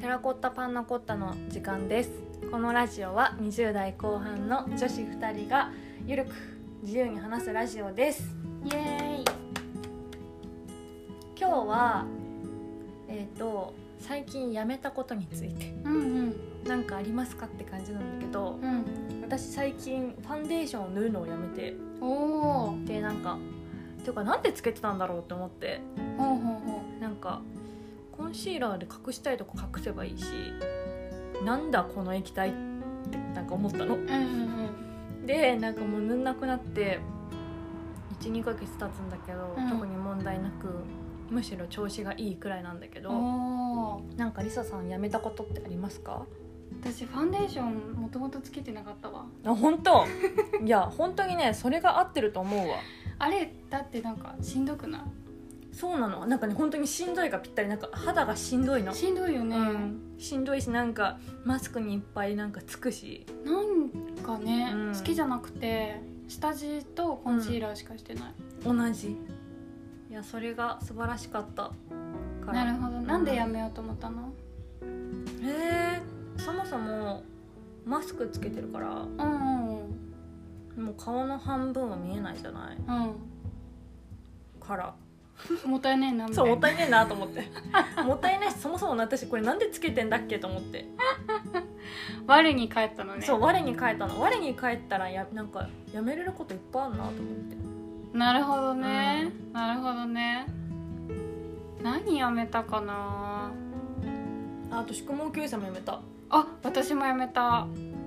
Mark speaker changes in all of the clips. Speaker 1: テラコッタパンナコッタの時間ですこのラジオは20代後半の女子2人がゆるく自由に話すラジオです
Speaker 2: イエーイ
Speaker 1: 今日はえっ、と最近やめたことについて
Speaker 2: うん
Speaker 1: 何かありますかって感じなんだけど
Speaker 2: うん
Speaker 1: 私最近ファンデーションを塗るのをやめて
Speaker 2: うんおー
Speaker 1: でなんかていうかなんでつけてたんだろうって思って
Speaker 2: ほうほうほ
Speaker 1: なんかコンシーラーで隠したいとこ隠せばいいしなんだこの液体ってなんか思ったの
Speaker 2: ううんうん
Speaker 1: でなんかもう塗んなくなって12ヶ月経つんだけど、
Speaker 2: うん
Speaker 1: 特に問題なくむしろ調子がいいくらいなんだけ
Speaker 2: う
Speaker 1: ど、
Speaker 2: んおー
Speaker 1: なんかリサさんやめたことってありますか
Speaker 2: 私ファンデーションもともとつけてなかったわ
Speaker 1: あ本 当いや本当にねそれが合ってると思うわ
Speaker 2: あれだってなんかしんどくな
Speaker 1: そうなのなんかね本当にしんどいがぴったりなんか肌がしんどいの
Speaker 2: いしんどいよね、
Speaker 1: うん、しんどいしなんかマスクにいっぱいなんかつくし
Speaker 2: なんかね、
Speaker 1: うん
Speaker 2: 好きじゃなくて下地とコンシーラーしかしてない、
Speaker 1: 同じいやそれが素晴らしかったから
Speaker 2: なるほどなんでやめようと思ったの
Speaker 1: へえそもそもマスクつけてるから
Speaker 2: うんうんうん
Speaker 1: もう顔の半分は見えないじゃないから
Speaker 2: うんもったいねえなみた
Speaker 1: そ
Speaker 2: いうな
Speaker 1: もったいねえなと思って もったいないしそもそもな私これなんでつけてんだっけと思って、
Speaker 2: 我に返ったのね
Speaker 1: そう我に返ったの我に返ったらやなんかやめれることいっぱいあるなと思って
Speaker 2: なるほどね、なるほどね何やめたかな
Speaker 1: ああと宿毛矯正もやめた
Speaker 2: あ私もやめた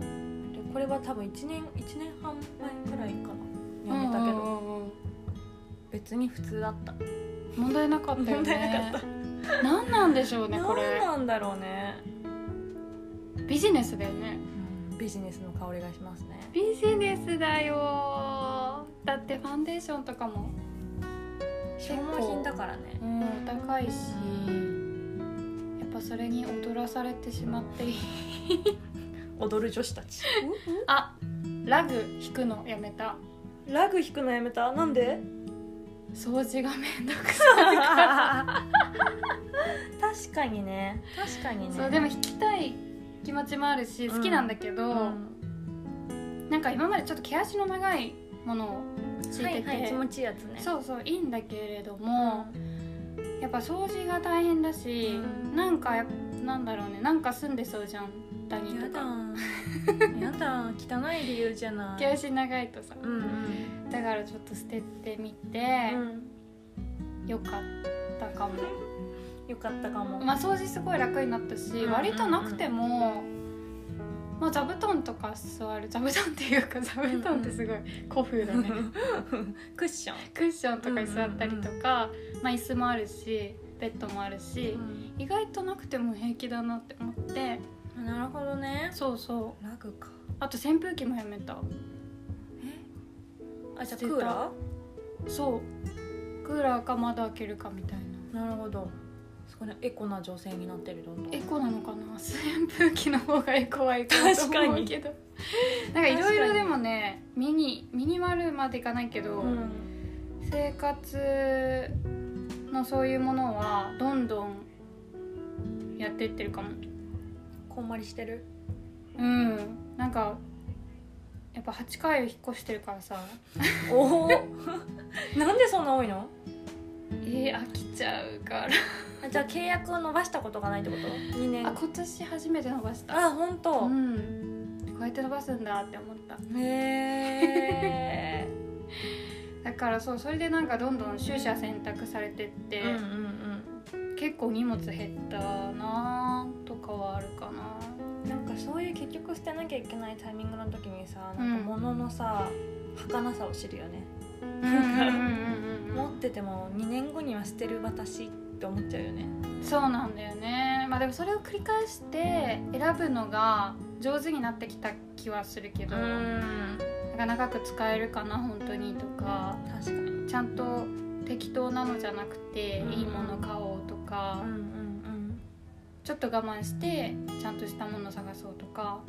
Speaker 1: でこれは多分1年1年半前くらいかなやめたけど、
Speaker 2: うんうんうん
Speaker 1: 別に普通だった
Speaker 2: 問題なかったよ
Speaker 1: 問
Speaker 2: ね
Speaker 1: 題なかっ
Speaker 2: 何なんでしょう
Speaker 1: た、
Speaker 2: ねこ
Speaker 1: 何
Speaker 2: れ
Speaker 1: なんだろうね、
Speaker 2: ビジネスだよね
Speaker 1: ビジネスの香りがしますね
Speaker 2: ビジネスだよだってファンデーションとかも
Speaker 1: 消耗品だからね
Speaker 2: うんお高いしやっぱそれに踊らされてしまっている
Speaker 1: 踊る女子たち
Speaker 2: あラグ引くのやめた
Speaker 1: ラグ引くのやめたなんで
Speaker 2: 掃除がめんどくさ
Speaker 1: 確かにね確かに
Speaker 2: い
Speaker 1: ね
Speaker 2: そうでも引きたい気持ちもあるし
Speaker 1: うん
Speaker 2: 好きなんだけど、
Speaker 1: うん
Speaker 2: なんか今までちょっと毛足の長いものを敷い
Speaker 1: は
Speaker 2: て
Speaker 1: い
Speaker 2: て、
Speaker 1: はい気持ちいいやつね
Speaker 2: そうそういいんだけれども、やっぱ掃除が大変だし、
Speaker 1: うん
Speaker 2: なんかやっなんだろうねなんか住んでそうじゃんダニ
Speaker 1: や
Speaker 2: と
Speaker 1: だ
Speaker 2: か
Speaker 1: やだ汚い理由じゃな
Speaker 2: 毛
Speaker 1: い
Speaker 2: 足長いとさ、
Speaker 1: うん
Speaker 2: だからちょっと捨ててみて、
Speaker 1: うん
Speaker 2: よかったかも、
Speaker 1: よかったかも
Speaker 2: まあ掃除すごい楽になったし、
Speaker 1: んうんうん
Speaker 2: 割となくても、まあ、座布団とか座る座布団っていうか座布団ってすごい古風だね、
Speaker 1: クッション
Speaker 2: クッションとかに座ったりとか、まあ、椅子もあるしベッドもあるし、意外となくても平気だなって思って
Speaker 1: あなるほどね
Speaker 2: そうそう
Speaker 1: ラグか
Speaker 2: あと扇風機もやめた
Speaker 1: あじゃあ
Speaker 2: 捨
Speaker 1: ク
Speaker 2: てた
Speaker 1: ーラ
Speaker 2: そうクーラーか窓開けるかみたいな
Speaker 1: ーなるほどすごいねエコな女性になってるどんどん
Speaker 2: エコなのか な扇風機の方がエコはエコだと
Speaker 1: 確かに
Speaker 2: 思うけどなんかいろいろでもねミニミニマルまでいかないけど、
Speaker 1: うん
Speaker 2: 生活のそういうものはどんどんやってってるかも
Speaker 1: こんまりしてる
Speaker 2: うんなんかやっぱ8回を引っ越してるからさ
Speaker 1: おおなんでそんな多いの
Speaker 2: えー、飽きちゃうから
Speaker 1: あじゃあ契約を伸ばしたことがないってこと2年
Speaker 2: あ今年初めて伸ばした
Speaker 1: あ本当
Speaker 2: う。んこうやって伸ばすんだって思った
Speaker 1: へえ
Speaker 2: だからそうそれでなんかどんどん取捨選択されてっ て、
Speaker 1: うんうんうん
Speaker 2: 結構荷物減ったなとかはあるかな
Speaker 1: なんかそういう結局捨てなきゃいけないタイミングの時にさ
Speaker 2: う
Speaker 1: なん
Speaker 2: ん
Speaker 1: か物のさ、儚さを知るよね
Speaker 2: うんうんうんうん
Speaker 1: 持ってても2年後には捨てる私って思っちゃうよね
Speaker 2: うん そうなんだよねまあでもそれを繰り返して選ぶのが上手になってきた気はするけど、
Speaker 1: ん
Speaker 2: なんか長く使えるかな本当にとか
Speaker 1: 確かに
Speaker 2: ちゃんと適当なのじゃなくて、
Speaker 1: うん
Speaker 2: いいもの買おうとか、
Speaker 1: うんうん
Speaker 2: ちょっと我慢してちゃんとしたもの探そうとか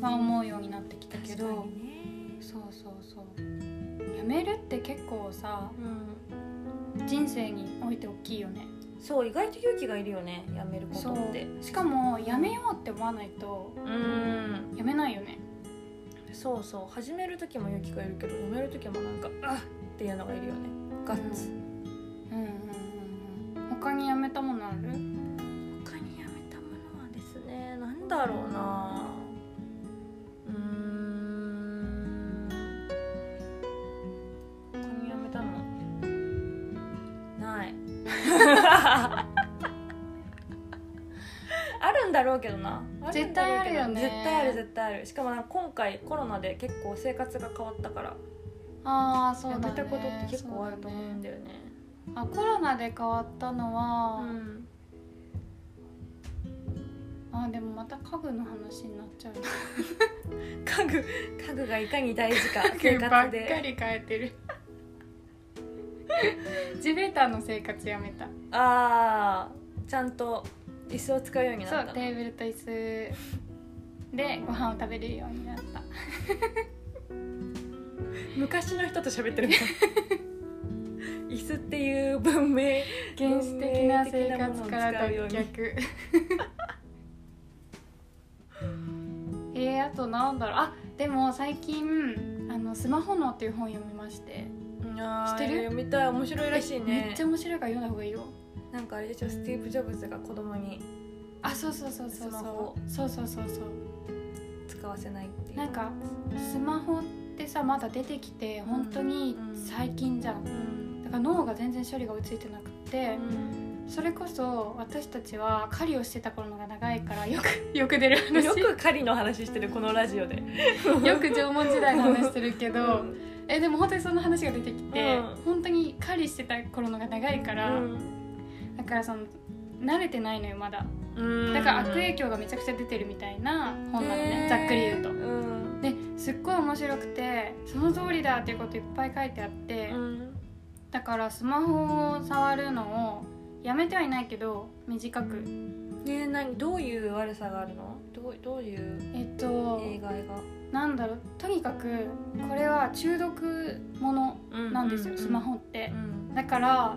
Speaker 2: まあ思うようになってきた
Speaker 1: うん
Speaker 2: けど
Speaker 1: ね
Speaker 2: そうそうそうやめるって結構さ
Speaker 1: う
Speaker 2: 人生において大きいよね
Speaker 1: んそう意外と勇気がいるよねやめること
Speaker 2: そ
Speaker 1: って
Speaker 2: うしかもやめようって思わないと
Speaker 1: うん
Speaker 2: やめないよね
Speaker 1: そうそう始める時も勇気がいるけどやめる時もなんか「あっ!」っていうのがいるよねガッツ、
Speaker 2: うんうんうんうん他にやめたものある
Speaker 1: 他にやめたものはですねなんだろうなうーん他にやめたのない あるんだろうけどなるんだろうけど
Speaker 2: 絶対あるよね
Speaker 1: 絶対ある絶対あるしかもなんか今回コロナで結構生活が変わったから、
Speaker 2: ああそう
Speaker 1: や
Speaker 2: だ、
Speaker 1: め
Speaker 2: ね、
Speaker 1: たことって結構あると思うんだよね
Speaker 2: そうだねあコロナで変わったの
Speaker 1: う
Speaker 2: は、
Speaker 1: ん
Speaker 2: あでもまた家具の話になっ ちゃう
Speaker 1: 家具家具がいかに大事か生
Speaker 2: 家具ばっ
Speaker 1: 活
Speaker 2: か
Speaker 1: で
Speaker 2: り変えて る地べたの生活やめた
Speaker 1: あーちゃんと椅子を使うように
Speaker 2: そ
Speaker 1: なった
Speaker 2: うテーブルと椅子でご飯を食べれるようになった
Speaker 1: 昔の人と喋ってるみ たい椅子っていう文明
Speaker 2: 原始的な生活から脱却 えー、あとなんだろうあでも最近あの「スマホ脳」っていう本読みまして
Speaker 1: あー
Speaker 2: 知ってる
Speaker 1: 読みたい面白いらしいね
Speaker 2: めっちゃ面白いから読んだ方がいいよ
Speaker 1: なんかあれでしょスティーブ・ジョブズが子供に
Speaker 2: あそうそうそうそう
Speaker 1: スマホ
Speaker 2: そうそうそうそうそう
Speaker 1: 使わせないっていう
Speaker 2: なんかスマホってさまだ出てきて本当に
Speaker 1: うん
Speaker 2: 最近じゃん
Speaker 1: うん
Speaker 2: だから脳が全然処理が追いついてなく
Speaker 1: う
Speaker 2: て
Speaker 1: ん
Speaker 2: それこそ私たちは狩りをしてた頃のが長いからよくよく出る話
Speaker 1: よく狩りの話してるこのラジオで
Speaker 2: よく縄文時代の話するけど、えでも本当にそんな話が出てきて、
Speaker 1: うん
Speaker 2: 本当に狩りしてた頃のが長いから、だからその慣れてないのよまだ
Speaker 1: うん
Speaker 2: だから悪影響がめちゃくちゃ出てるみたいな本なのね、
Speaker 1: へー
Speaker 2: ざっくり言うと。
Speaker 1: うん
Speaker 2: ですっごい面白くてその通りだっていうこといっぱい書いてあって、
Speaker 1: うん
Speaker 2: だからスマホを触るのをやめてはいないけど短
Speaker 1: ね
Speaker 2: く
Speaker 1: え何どういう悪さがあるのどうどういう
Speaker 2: えっと
Speaker 1: 弊害が
Speaker 2: なんだろうとにかくこれは中毒ものなんですよ、スマホって
Speaker 1: う、ん
Speaker 2: だから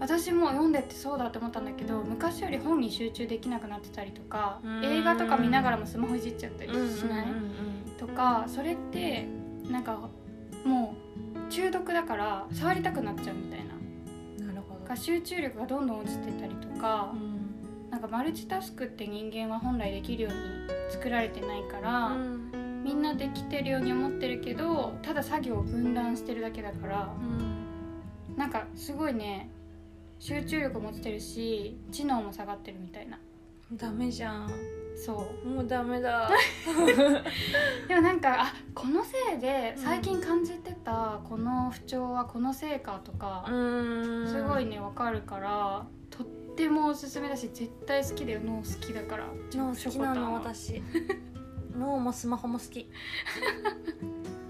Speaker 2: 私も読んでってそうだと思ったんだけど昔より本に集中できなくなってたりとか
Speaker 1: うん
Speaker 2: 映画とか見ながらもスマホいじっちゃったりしな
Speaker 1: う
Speaker 2: い、
Speaker 1: んうん
Speaker 2: とかそれってなんかもう中毒だから触りたくなっちゃうみたいな
Speaker 1: うんうんなるほ
Speaker 2: だ
Speaker 1: ど
Speaker 2: から集中力がどんどん落ちてたりとか
Speaker 1: う、ん
Speaker 2: なんかマルチタスクって人間は本来できるように作られてないから、
Speaker 1: うん
Speaker 2: みんなできてるように思ってるけどただ作業を分断してるだけだから
Speaker 1: うん
Speaker 2: なんかすごいね集中力も落ちてるし知能も下がってるみたいな
Speaker 1: ダメじゃん
Speaker 2: そ
Speaker 1: もうダメ だ
Speaker 2: うでもなんかあこのせいで最近感じてたこの不調はこのせいかとか、
Speaker 1: ん
Speaker 2: すごいねわかるからとってもおすすめだし絶対好きだよ脳好きだから
Speaker 1: 脳好きなの
Speaker 2: しょこ
Speaker 1: 私脳もスマホも好 き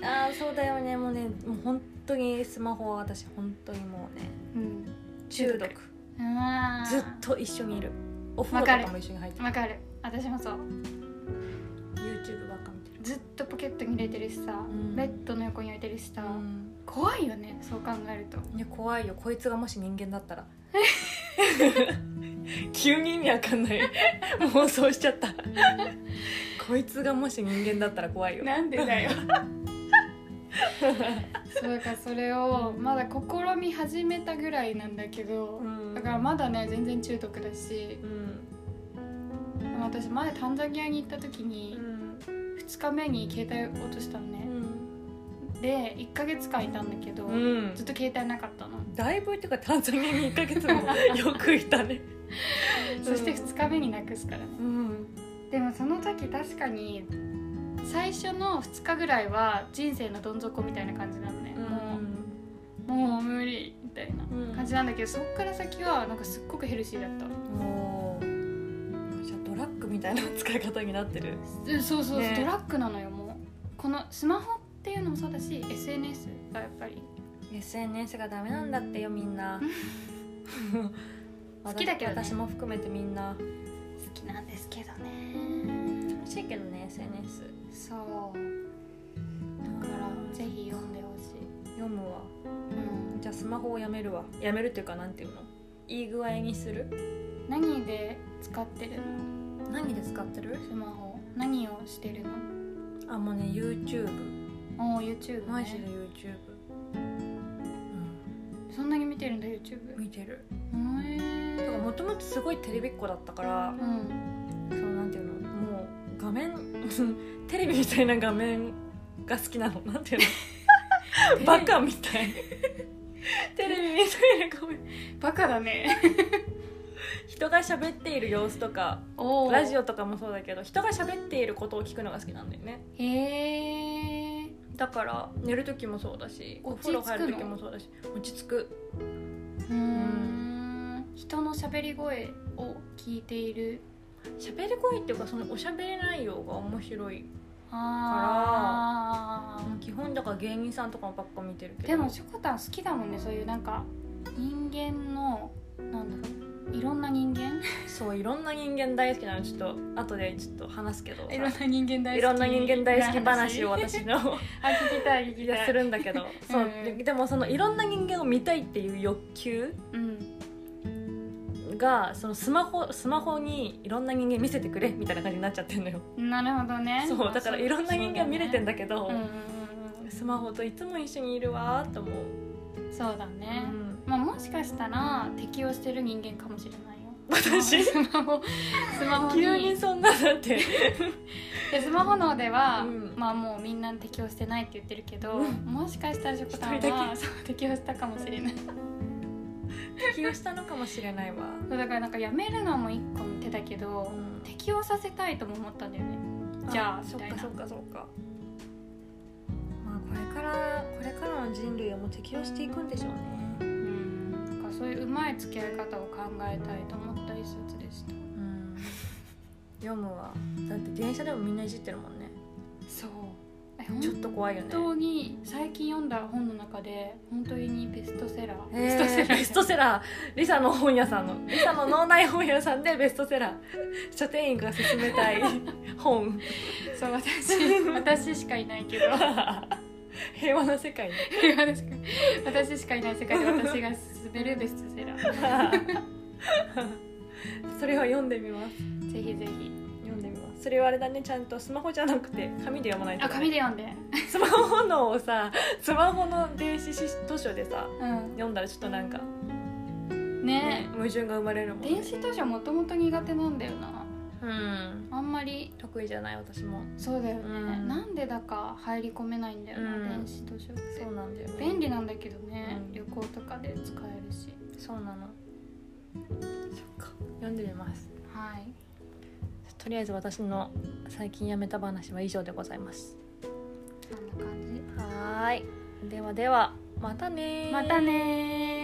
Speaker 1: ああそうだよねもうねもう本当にスマホは私本当にもうね
Speaker 2: たんうん
Speaker 1: 中
Speaker 2: 中
Speaker 1: 毒
Speaker 2: 毒あー
Speaker 1: ずっと一緒にいるお風呂とかも一緒に入ってる
Speaker 2: わかる私もそう
Speaker 1: YouTube ばっか見てる
Speaker 2: ずっとポケットに入れてるしさ、
Speaker 1: うん
Speaker 2: ベッドの横に置いてるしさ、
Speaker 1: うん
Speaker 2: 怖いよねそう考えると
Speaker 1: いや怖いよこいつがもし人間だったら 急に意味わかんない妄想しちゃったこいつがもし人間だったら怖いよ
Speaker 2: なんでだよ そうかそれをまだ試み始めたぐらいなんだけど、
Speaker 1: うん
Speaker 2: だからまだね全然中毒だし
Speaker 1: うん
Speaker 2: でも私前タンザニアに行った時
Speaker 1: う
Speaker 2: に
Speaker 1: ん
Speaker 2: 2日目に携帯落としたのね、で1ヶ月間いたんだけど、
Speaker 1: うん
Speaker 2: ずっと携帯なかったの、
Speaker 1: だいぶっていうかタンザニアに1ヶ 月もよくいたね
Speaker 2: そして2日目になくすからね
Speaker 1: うん
Speaker 2: でもその時確かに最初の2日ぐらいは人生のどん底みたいな感じなのね、もうもう無理みたいな
Speaker 1: うん
Speaker 2: 感じなんだけどそっから先はなんかすっごくヘルシーだった
Speaker 1: もうじゃあドラッグみたいな使い方になってる
Speaker 2: うんそうそうそう、
Speaker 1: ね
Speaker 2: ドラッグなのよもうこのスマホっていうのもそうだし SNS がやっぱり
Speaker 1: SNS がダメなんだってよみん な
Speaker 2: 好きだけどね
Speaker 1: 私も含めてみんな
Speaker 2: 好きなんですけどね
Speaker 1: 楽しいけどね SNS
Speaker 2: そうだからぜひ読んでほしい、
Speaker 1: 読むわ
Speaker 2: うん、
Speaker 1: じゃあスマホをやめるわやめるっていうかなんていうのいい具合にする
Speaker 2: 何で使ってるの
Speaker 1: 何で使ってる
Speaker 2: スマホ何をしてるの
Speaker 1: あもうね YouTube
Speaker 2: おお YouTube ね
Speaker 1: マジで YouTube、
Speaker 2: そんなに見てるんだ YouTube
Speaker 1: うん、見てる
Speaker 2: へ
Speaker 1: だから
Speaker 2: え
Speaker 1: もともとすごいテレビっ子だったから
Speaker 2: うん
Speaker 1: そのなんていうのもう画面 テレビみたいな画面が好きなのなんていうのバカみたい テレビみたいな画面
Speaker 2: バカだね
Speaker 1: 人が喋っている様子とか
Speaker 2: お
Speaker 1: ラジ
Speaker 2: オ
Speaker 1: オとかもそうだけど人が喋っていることを聞くのが好きなんだよね
Speaker 2: へえ
Speaker 1: だから寝る時もそうだしお
Speaker 2: 落
Speaker 1: 風呂
Speaker 2: ち着くの
Speaker 1: 入る時もそうだし落ち着く
Speaker 2: うーん人の喋り声を聞いている
Speaker 1: 喋り声っていうかそのおしゃべり内容が面白い
Speaker 2: あー
Speaker 1: 基本だから芸人さんとかばっか見てるけど
Speaker 2: でもしょこたん好きだもんねそういうなんか人間のなんだろういろんな人間
Speaker 1: そういろんな人間大好きなのちょっと後でちょっと話すけどさ
Speaker 2: いろんな人間大好き
Speaker 1: いろんな人間大好き話を 私 の
Speaker 2: あ聞きたい聞き
Speaker 1: 気
Speaker 2: たい
Speaker 1: がするんだけど、そう
Speaker 2: うん
Speaker 1: ででもそのいろんな人間を見たいっていう欲求
Speaker 2: うん
Speaker 1: がそのスマホスマホにいろんな人間見せてくれみたいな感じになっちゃってるのよ
Speaker 2: なるほどね
Speaker 1: そうだからいろんな人間見れてん
Speaker 2: だ
Speaker 1: だけど
Speaker 2: けうんうんうん
Speaker 1: スマホといつも一緒にいるわーと思う、
Speaker 2: うんそうだ
Speaker 1: う
Speaker 2: ね、
Speaker 1: ん、
Speaker 2: まあもしかしたら適応してる人間かもしれないよ
Speaker 1: 私
Speaker 2: スマホスマホ
Speaker 1: 急に
Speaker 2: に
Speaker 1: そんなだ って
Speaker 2: でスマホ脳では、
Speaker 1: うん
Speaker 2: まあもうみんな適応してないって言ってるけど、
Speaker 1: うん
Speaker 2: もしかしたらしょこたん
Speaker 1: 一人だ
Speaker 2: はそう適応したかもしれない
Speaker 1: 適応したのかもしれないわ、
Speaker 2: そうだからなんかやめるのも一個の手だけど、
Speaker 1: うん
Speaker 2: 適応させたいとも思ったんだよねじゃあみ
Speaker 1: そった
Speaker 2: い
Speaker 1: か
Speaker 2: な
Speaker 1: そっかそっかまあこれからこれからの人類はもう適応していくんでしょう
Speaker 2: う
Speaker 1: ね
Speaker 2: んなんかそういううまい付き合い方を考えたいと思った一冊でした
Speaker 1: うん読むわだって電車でもみんないじってるもんね
Speaker 2: そう
Speaker 1: ちょっと怖いよね
Speaker 2: 本当に最近読んだ本の中で本当にベストセラー、
Speaker 1: えーベストセラーリサの本屋さんのリサの脳内本屋さんでベストセラー書店員が勧め たい本
Speaker 2: そう私私しかいない けど
Speaker 1: 平和な世界ね
Speaker 2: 私しか私しかいない世界で私が滑るベストセラー
Speaker 1: それは読んでみます
Speaker 2: ぜひぜひ
Speaker 1: 読んでみますそれはあれだねちゃんとスマホじゃなくて紙で読まないと
Speaker 2: あ
Speaker 1: ね
Speaker 2: 紙で読んで
Speaker 1: スマホのをさスマホの電子図書でさ
Speaker 2: う
Speaker 1: 読んだらちょっとなんか、
Speaker 2: んね
Speaker 1: 矛盾が生まれるもん
Speaker 2: 電
Speaker 1: ね
Speaker 2: 子図書もともと苦手なんだよな
Speaker 1: うん
Speaker 2: あんまり
Speaker 1: 得意じゃない私も
Speaker 2: そうだよね、
Speaker 1: うん
Speaker 2: なんでだか入り込めないんだよな、
Speaker 1: うん
Speaker 2: 電子図書って
Speaker 1: そうなんだよね
Speaker 2: 便利なんだけどね、
Speaker 1: うん
Speaker 2: 旅行とかで使えるし
Speaker 1: そうなのそっか読んでみます
Speaker 2: はい
Speaker 1: とりあえず私の最近やめた話は以上でございます
Speaker 2: そんな感じ
Speaker 1: はーいではではまたねー
Speaker 2: またねー